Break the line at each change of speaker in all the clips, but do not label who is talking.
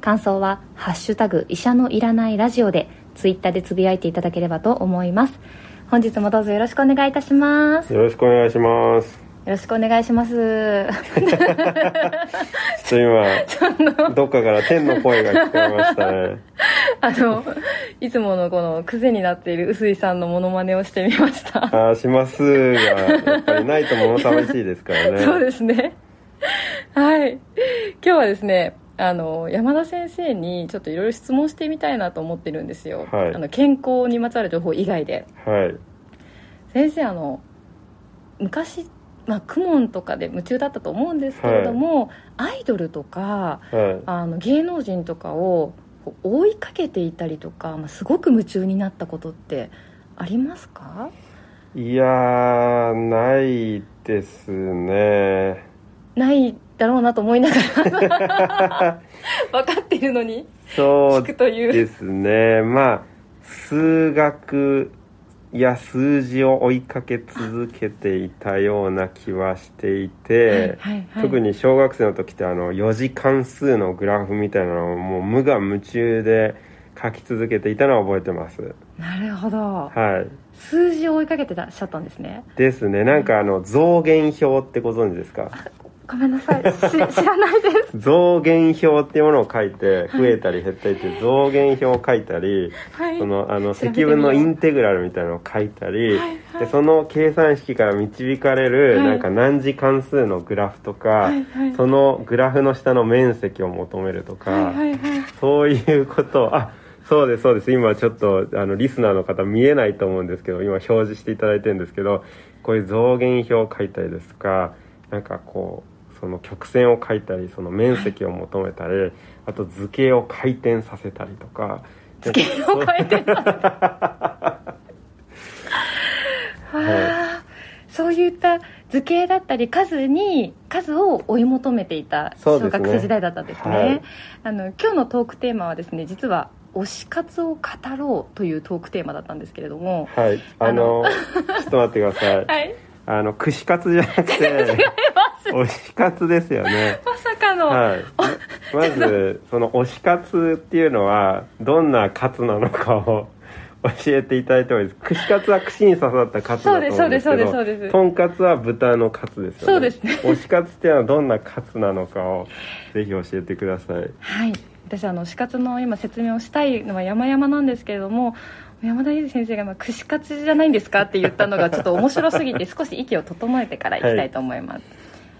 感想は「ハッシュタグ医者のいらないラジオで」ツイッターでつぶやいていただければと思います本日もどうぞよろしくお願いいたします
よろしくお願いします
よろしくお願いします。
ちょっと今どっかから天の声が聞こえま したね
あの、いつものこの癖になっている臼井さんのモノマネをしてみました。
あーしますがやっぱりないと物寂しいですからね
そうですね。はい。今日はですね、あの、山田先生にちょっといろいろ質問してみたいなと思ってるんですよ。
はい
あの、健康にまつわる情報以外で。
はい
先生、あの、昔、まあ、クモンとかで夢中だったと思うんですけれども、アイドルとか、
はい
あの芸能人とかをこう追いかけていたりとか、まあ、すごく夢中になったことってありますか
いやーないですね
ないだろうなと思いながら 分かっているのに
そう
聞くという
ですねまあ数学や数字を追いかけ続けていたような気はしていて、
はいはい
特に小学生の時ってあの4次関数のグラフみたいなのをもう無我夢中で書き続けていたのは覚えてます
なるほど
はい
数字を追いかけてらっしゃったんですね
ですねなんかあの増減表ってご存知です か
ごめんなさいし知らないです
増減表っていうものを書いて増えたり減ったりっていう増減表を書いたり
はい
そのあの
調べて
積分のインテグラルみたいなのを書いたり、
はいはい
でその計算式から導かれる、
はい
なんか何次関数のグラフとか、
はいはい
そのグラフの下の面積を求めるとか、
はいはいはい
そういうことをあそうですそうです今ちょっとあのリスナーの方見えないと思うんですけど今表示していただいてるんですけどこういう増減表を書いたりですとかなんかこうその曲線を書いたりその面積を求めたり、あと図形を回転させたりとか
図形を変えてたわあそういった図形だったり数に数を追い求めていた
そう
小
ですね
学生時代だったんですね
はい
あの今日のトークテーマはですね実は「推し活を語ろう」というトークテーマだったんですけれども
はい、あの、ちょっと待ってください。
はい
あの、串カツじゃなくて、推し活ですよね。
まさかの、
はい。 まず、その推し活っていうのは、どんなカツなのかを教えていただいてもいいですか。串カツは串に刺さったカツだと思うんですけど、
そうですそうですそうですそうです
とんかつは豚のカツですよね。
そうですね
推し活っていうのはどんなカツなのか を、ぜひ教えてください。
はい、私あの死活の今説明をしたいのは山々なんですけれども山田裕二先生が今「串カツじゃないんですか?」って言ったのがちょっと面白すぎて少し息を整えてからいきたいと思います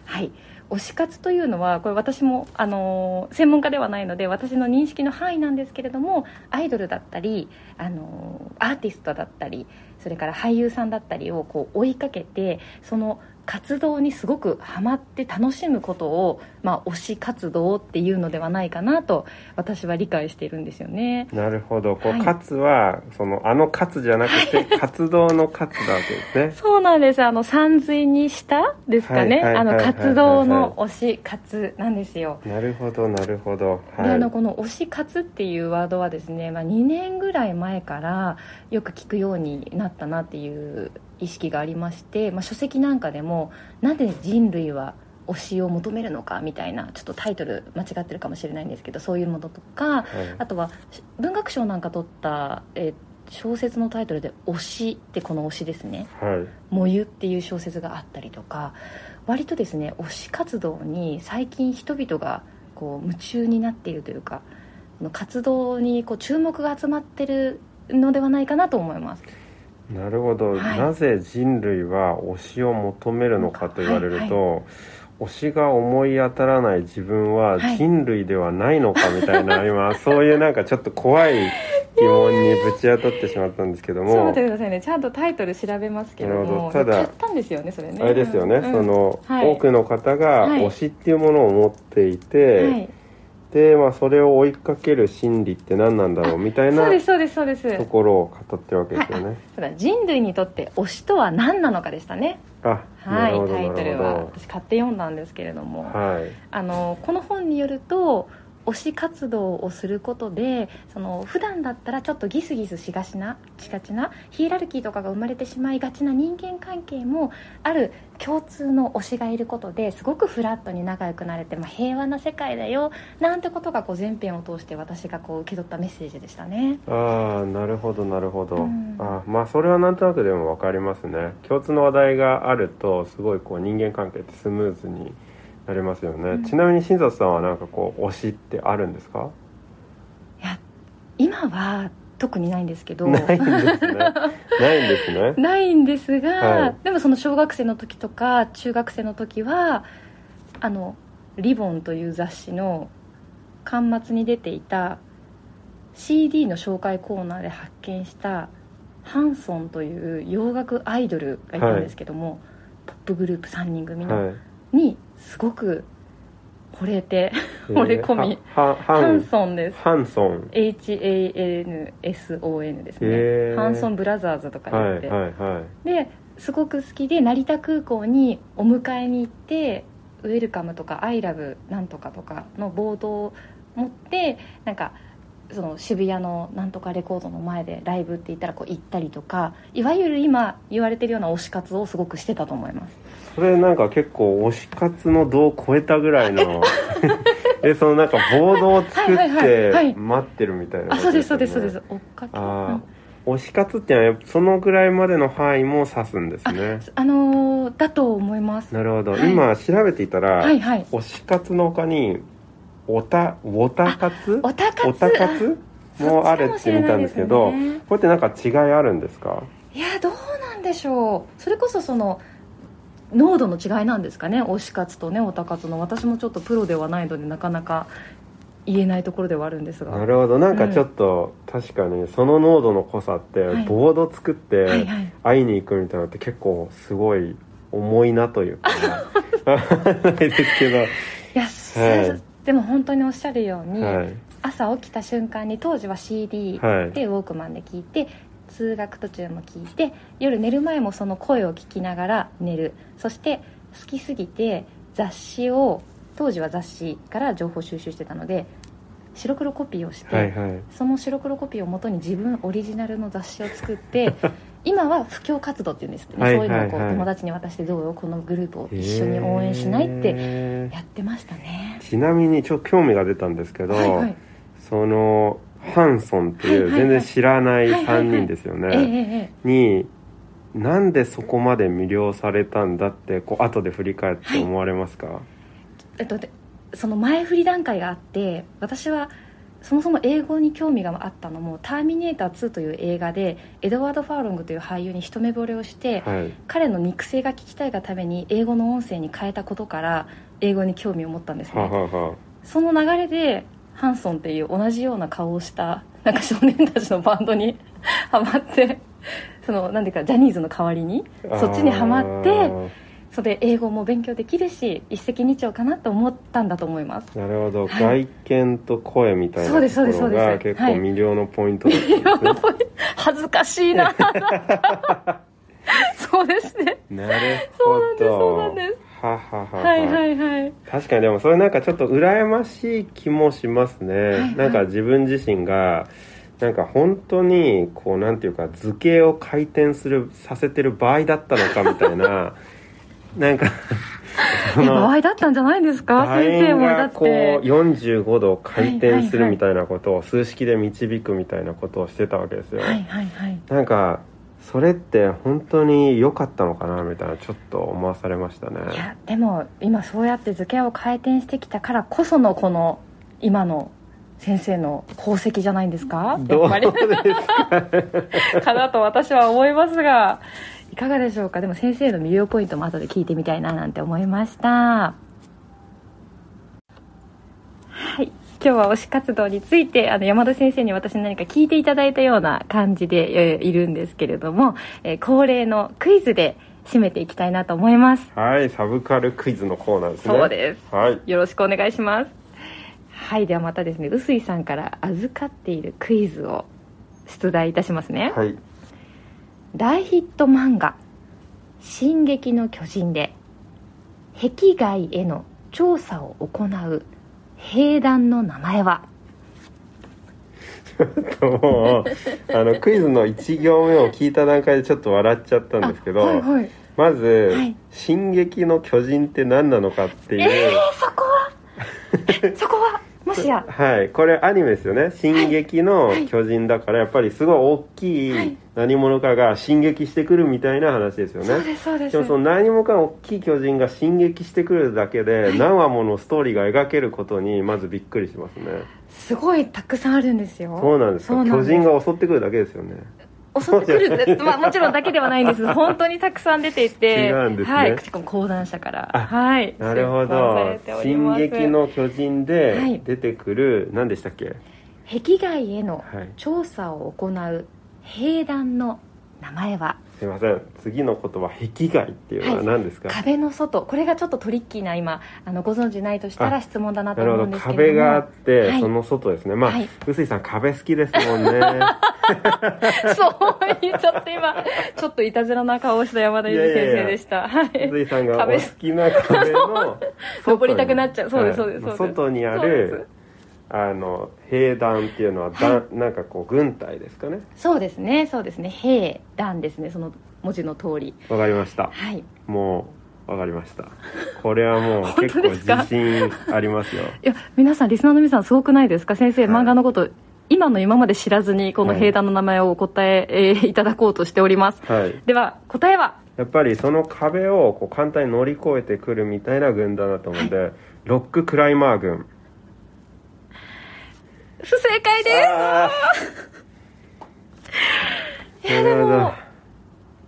はい、推し活というのはこれ私も、あのー専門家ではないので私の認識の範囲なんですけれどもアイドルだったり、あのーアーティストだったりそれから俳優さんだったりをこう追いかけてその活動にすごくハマって楽しむことを、まあ、推し活動っていうのではないかなと私は理解しているんですよね
なるほど。こ
は
う、
い
カツは、その、あのカツじゃなくて、 活動のカツだわけですね。
そうなんですあの三髄にしたですか
は
ね
いはい
あ
はい
の
はいはい
活動の推し活なんですよ
なるほどなるほど
であのこの「推し活」っていうワードはですね、まあ、2年ぐらい前からよく聞くようになったなっていう意識がありまして、まあ、書籍なんかでも「なぜ人類は推しを求めるのか」みたいなちょっとタイトル間違ってるかもしれないんですけどそういうものとかあとはし文学賞なんか取った、えー小説のタイトルで「推し」ってこの「推し」ですね
はい、はい、
「もゆ」っていう小説があったりとか割とですね推し活動に最近人々がこう夢中になっているというかあの活動にこう注目が集まってるのではないかなと思います
なるほど、
はい
なぜ人類は推しを求めるのかと言われると、推しが思い当たらない自分は
はい
人類ではないのかみたい な、今そういうなんかちょっと怖い疑問にぶち当たってしまったんですけど
ちょっと
も
待ってくださいねちゃんとタイトル調べますけど
なるほ
も
どただ
買ったんですよねそれね
あれですよね、
うん
その、
はい
多くの方が
はい
推しっていうものを持っていて、
はい
で、まあ、それを追いかける心理って何なんだろうみたい
そう
な
ですそうですそうです
ところを語ってるわけですよ
はい
ね。
そうだ人類にとって推しとは何なのかでしたね
あ、
は
ないるほど
タイト
なる
ル
ほ
は私買って読んだんですけれども、
ど。はい。
あのこの本によると推し活動をすることでその普段だったらちょっとギスギスしがちなしがちなヒエラルキーとかが生まれてしまいがちな人間関係もある共通の推しがいることですごくフラットに仲良くなれて、まあ、平和な世界だよなんてことがこう全編を通して私がこう受け取ったメッセージでしたね。
ああ、なるほどなるほど。
うん
あ、まあそれはなんとなくでもわかりますね。共通の話題があるとすごいこう人間関係ってスムーズになりますよね。
うん
ちなみに新里さんはなんかこう推しってあるんですか？
いや今は特にないんですけど
ない んですね。ないんですね。
ないんですが、
はい
でもその小学生の時とか中学生の時はあの「リボン」という雑誌の巻末に出ていた CD の紹介コーナーで発見したハンソンという洋楽アイドルがいたんですけども、ポップグループ3人組の、
はい。
にすごく惚れて惚れ込み
えー。はは
ハン
ん
ソンです
ハンソン。
HANSON ですね、
へー
ハンソンブラザーズとか
はい
言っ
はい
て、
はい。
ですごく好きで成田空港にお迎えに行ってウェルカムとかアイラブなんとかとかのボードを持ってなんかその渋谷のなんとかレコードの前でライブって言ったらこう行ったりとかいわゆる今言われてるような推し活をすごくしてたと思います
それなんか結構推し活の度を超えたぐらい のえそのなんかボードを作
はいはいはいは
っ
い
て待ってるみたいな
あそうですそうですそうです
す
追っかけ
あ
うん
あ推し活ってのはやっぱそのぐらいまでの範囲も指すんですね
あのーだと思います
なるほど、
はい
今調べていたら、
はいはい
推し活の他にオタオタ活
おたかつ
オタ活もあるって見たんですけど
そっちかもしれないですね
これってなんか違いあるんですか
いやどうなんでしょうそれこそその濃度の違いなんですかね推し活とねオタ活の私もちょっとプロではないのでなかなか言えないところではあるんですが
なるほどなんかちょっと、確かにその濃度の濃さって、
はい
ボード作って、
はいはい
会いに行くみたいなのって結構すごい重いなというか ないですけど、
いや、す
はい
でも本当におっしゃるように、
はい、
朝起きた瞬間に当時は CD
はい
でウォークマンで聞いて通学途中も聞いて夜寝る前もその声を聞きながら寝るそして好きすぎて雑誌を当時は雑誌から情報収集してたので白黒コピーをして、
はいはい
その白黒コピーをもとに自分オリジナルの雑誌を作って 今は布教活動っていうんですってね、
はいはいはい
そういうのをこう友達に渡してどうよこのグループを一緒に応援しないって
へ
やってましたね
ーちなみにちょっと興味が出たんですけど、
はいはい
そのハンソンってい
は
う
いはいはい
全然知らない
はいはい
3
はい
人ですよね、
ええええええ
になんでそこまで魅了されたんだってこう後で振り返って思われますか、
えっと、でその前振り段階があって私はそもそも英語に興味があったのも「ターミネーター2」という映画でエドワード・ファーロングという俳優に一目惚れをして、
はい
彼の肉声が聞きたいがために英語の音声に変えたことから英語に興味を持ったんですね、
はあはあはあ
その流れでハンソンっていう同じような顔をしたなんか少年たちのバンドに ハマってそのなんでかジャニーズの代わりにそっちにハマっ
あ
て
ー
それで英語も勉強できるし一石二鳥かなと思ったんだと思います
なるほど、
はい
外見と声みたい
そう
な
ですそう
と
です
ころ
そう
が
です
結
は
構
い
魅了のポイントだったんですね、
恥ずかし いなそうですね
なるほど
そうなんです
はははは、
はいはいはい
確かにでもそれなんかちょっと羨ましい気もしますね、
はい
なんか自分自身がなんか本当にこうなんていうか図形を回転するさせてる場合だったのかみたい ななんかそ
え場
の
合だったんじゃないですか
楕
先生
円
もだ
が
っ
こう
て
45度回転す
はいはいは
る
い
みたいなことを数式で導くみたいなことをしてたわけですよ、
はいはいはい
なんかそれって本当に良かったのかなみたいなちょっと思わされましたね
いやでも今そうやって図形を回転してきたからこそのこの今の先生の功績じゃないんですかや
ど
っ
う
ぱ
で
り
すか
かなと私は思いますがいかがでしょうかでも先生の魅了ポイントも後で聞いてみたいななんて思いましたはい今日は推し活動についてあの山田先生に私に何か聞いていただいたような感じで、えーいるんですけれども、えー恒例のクイズで締めていきたいなと思います
はいサブカルクイズのコーナーですね
そうです
はい
よろしくお願いします。はいではまたですね臼井さんから預かっているクイズを出題いたしますね、
はい
大ヒット漫画「進撃の巨人」で壁外への調査を行う兵団の名前は
ともうあのクイズの1行目を聞いた段階でちょっと笑っちゃったんですけど、
あはいはい
まず、
はい
進撃の巨人」って何なのかっていう、
えー、そこはえそこは もしや
はい、これアニメですよね「進撃の巨人」だからやっぱりすごい大き
はい
い何者かが進撃してくるみたいな話ですよ
そう
ね。
ですそうです
でもその何者かの大きい巨人が進撃してくるだけで何話ものストーリーが描けることにまずびっくりしますね
すごいたくさんあるんですよ
そうなんです
そ
か
うなん
巨
です
人が襲ってくるだけですよね
襲ってくる、 まあ、もちろんだけではないんです本当にたくさん出ていて
違うんですね
はいしかも講談社から
あ
はい
なるほ
出版され
ど
てお
「
りま
進
す
撃の巨人」
はい
で出てくる、何でしたっけ
壁外への
はい
調査を行う兵団の名前は
すいません次の言葉「壁外」っていうのは何ですか、
壁の外これがちょっとトリッキーな今あのご存知ないとしたら
あ
質問だなと
なる
思
ほ
うん
ど
ですけれ
壁
ども
があって、
はい
その外ですねまあ
はい
臼井、さん壁好きですもんね
そう言っちゃって今ちょっといたずらな顔をした山田裕二先生でしたは
臼
い
井さんがお
壁
好きな壁の外に
登りたくなっちゃうそうですそうです
はい
そうです
外にあ
そうで
るあの兵団っていうのはだ、なんかこう軍隊ですかね
そうですねそうですね兵団ですねその文字の通り
わかりました
はい
もうわかりましたこれはもう
本
結
当
構
ですか
自信ありますよ
いや皆さんリスナーの皆さんすごくないですか先生
はい
漫画のこと、今の今まで知らずにこの兵団の名前をお答え、えーいただこうとしております
はい
では答えは
やっぱりその壁をこう簡単に乗り越えてくるみたいな軍団だと思うんで、 ロッククライマー軍
不正解です
ああ
いやでも
なるほ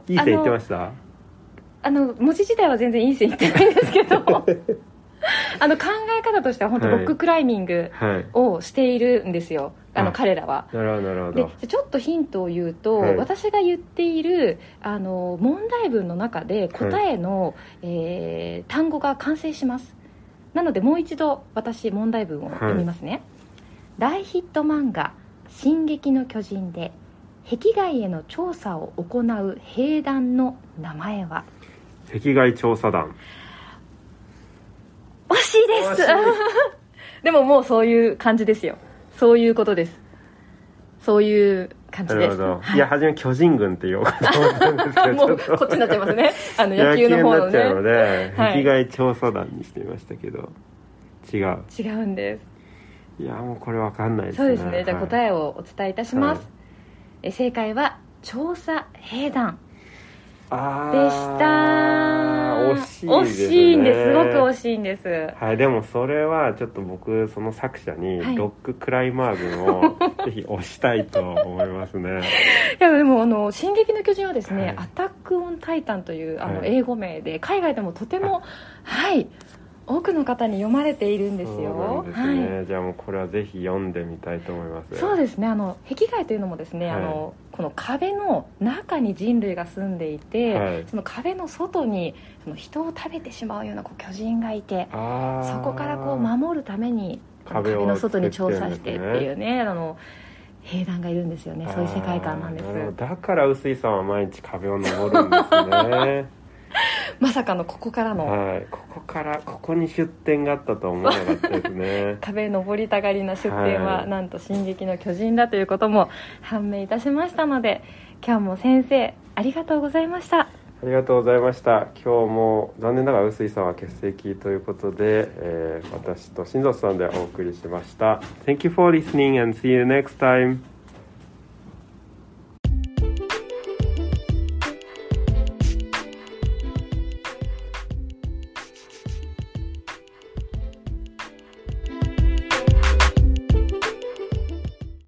どいい線いってました
あの文字自体は全然いい線いってないんですけ どあの考え方としては本当
は
ロ
い
ッククライミング
はい
をしているんですよ、あの
あ
彼らは。
なるほどなるほ
で
ど
じゃちょっとヒントを言うと、
はい
私が言っているあの問題文の中で答えの、えー単語が完成しますなのでもう一度私問題文を読みますね、大ヒット漫画「進撃の巨人」で壁外への調査を行う兵団の名前は
壁外調査団
惜しいですでももうそういう感じですよそういうことですそういう感
な
じで
るほ
す
ど、
はい
い、や初め巨人軍って言おうかと思ったんですけど
もう
ちょっ
ことっちになっちゃいますねあの
野
野
球
球の
に
方
な
の
っちゃう
ね
ので、
はい
壁外調査団にしてみましたけど違う
違うんで
いやもうこれわかんないですすね
そうですねじゃあ
はい
答えをお伝えいたします、
はい
え正解は調査兵団
あ
でし
ー
た
惜しい
惜しいんですすごく
し
惜しいんです
はいでもそれはちょっと僕その作者に
はい
ロッククライマー軍 をぜひ推したいと思いますね
いやでもあの「進撃の巨人」はですね
は
「
い
アタック・オン・タイタン」というあの
はい
英語名で海外でもとてもはい多くの方に読まれているんです
そうな
よ
んですね、
はい
じゃあもうこれはぜひ読んでみたいと思います
そう
す
ですねあの壁外というのもですね、
はい
あのこの壁の中に人類が住んでいて、
はい
その壁の外にその人を食べてしまうようなこう巨人がいて
あー
そこからこう守るために
壁
壁
を
の外に調査してって
作ってるんです
いうねあの兵団がいるんですよねそういう世界観なんです
あーるほどだから臼井さんは毎日壁を登るんです ね
まさかのここからの
はいここからここに出店があったとは思わなかったですね
壁登りたがりな出店は、
はい
なんと「進撃の巨人」だということも判明いたしましたので今日も先生ありがとうございました
ありがとうございました今日も残念ながら臼井さんは欠席ということで、えー私と新里さんでお送りしました Thank you for listening and see you next time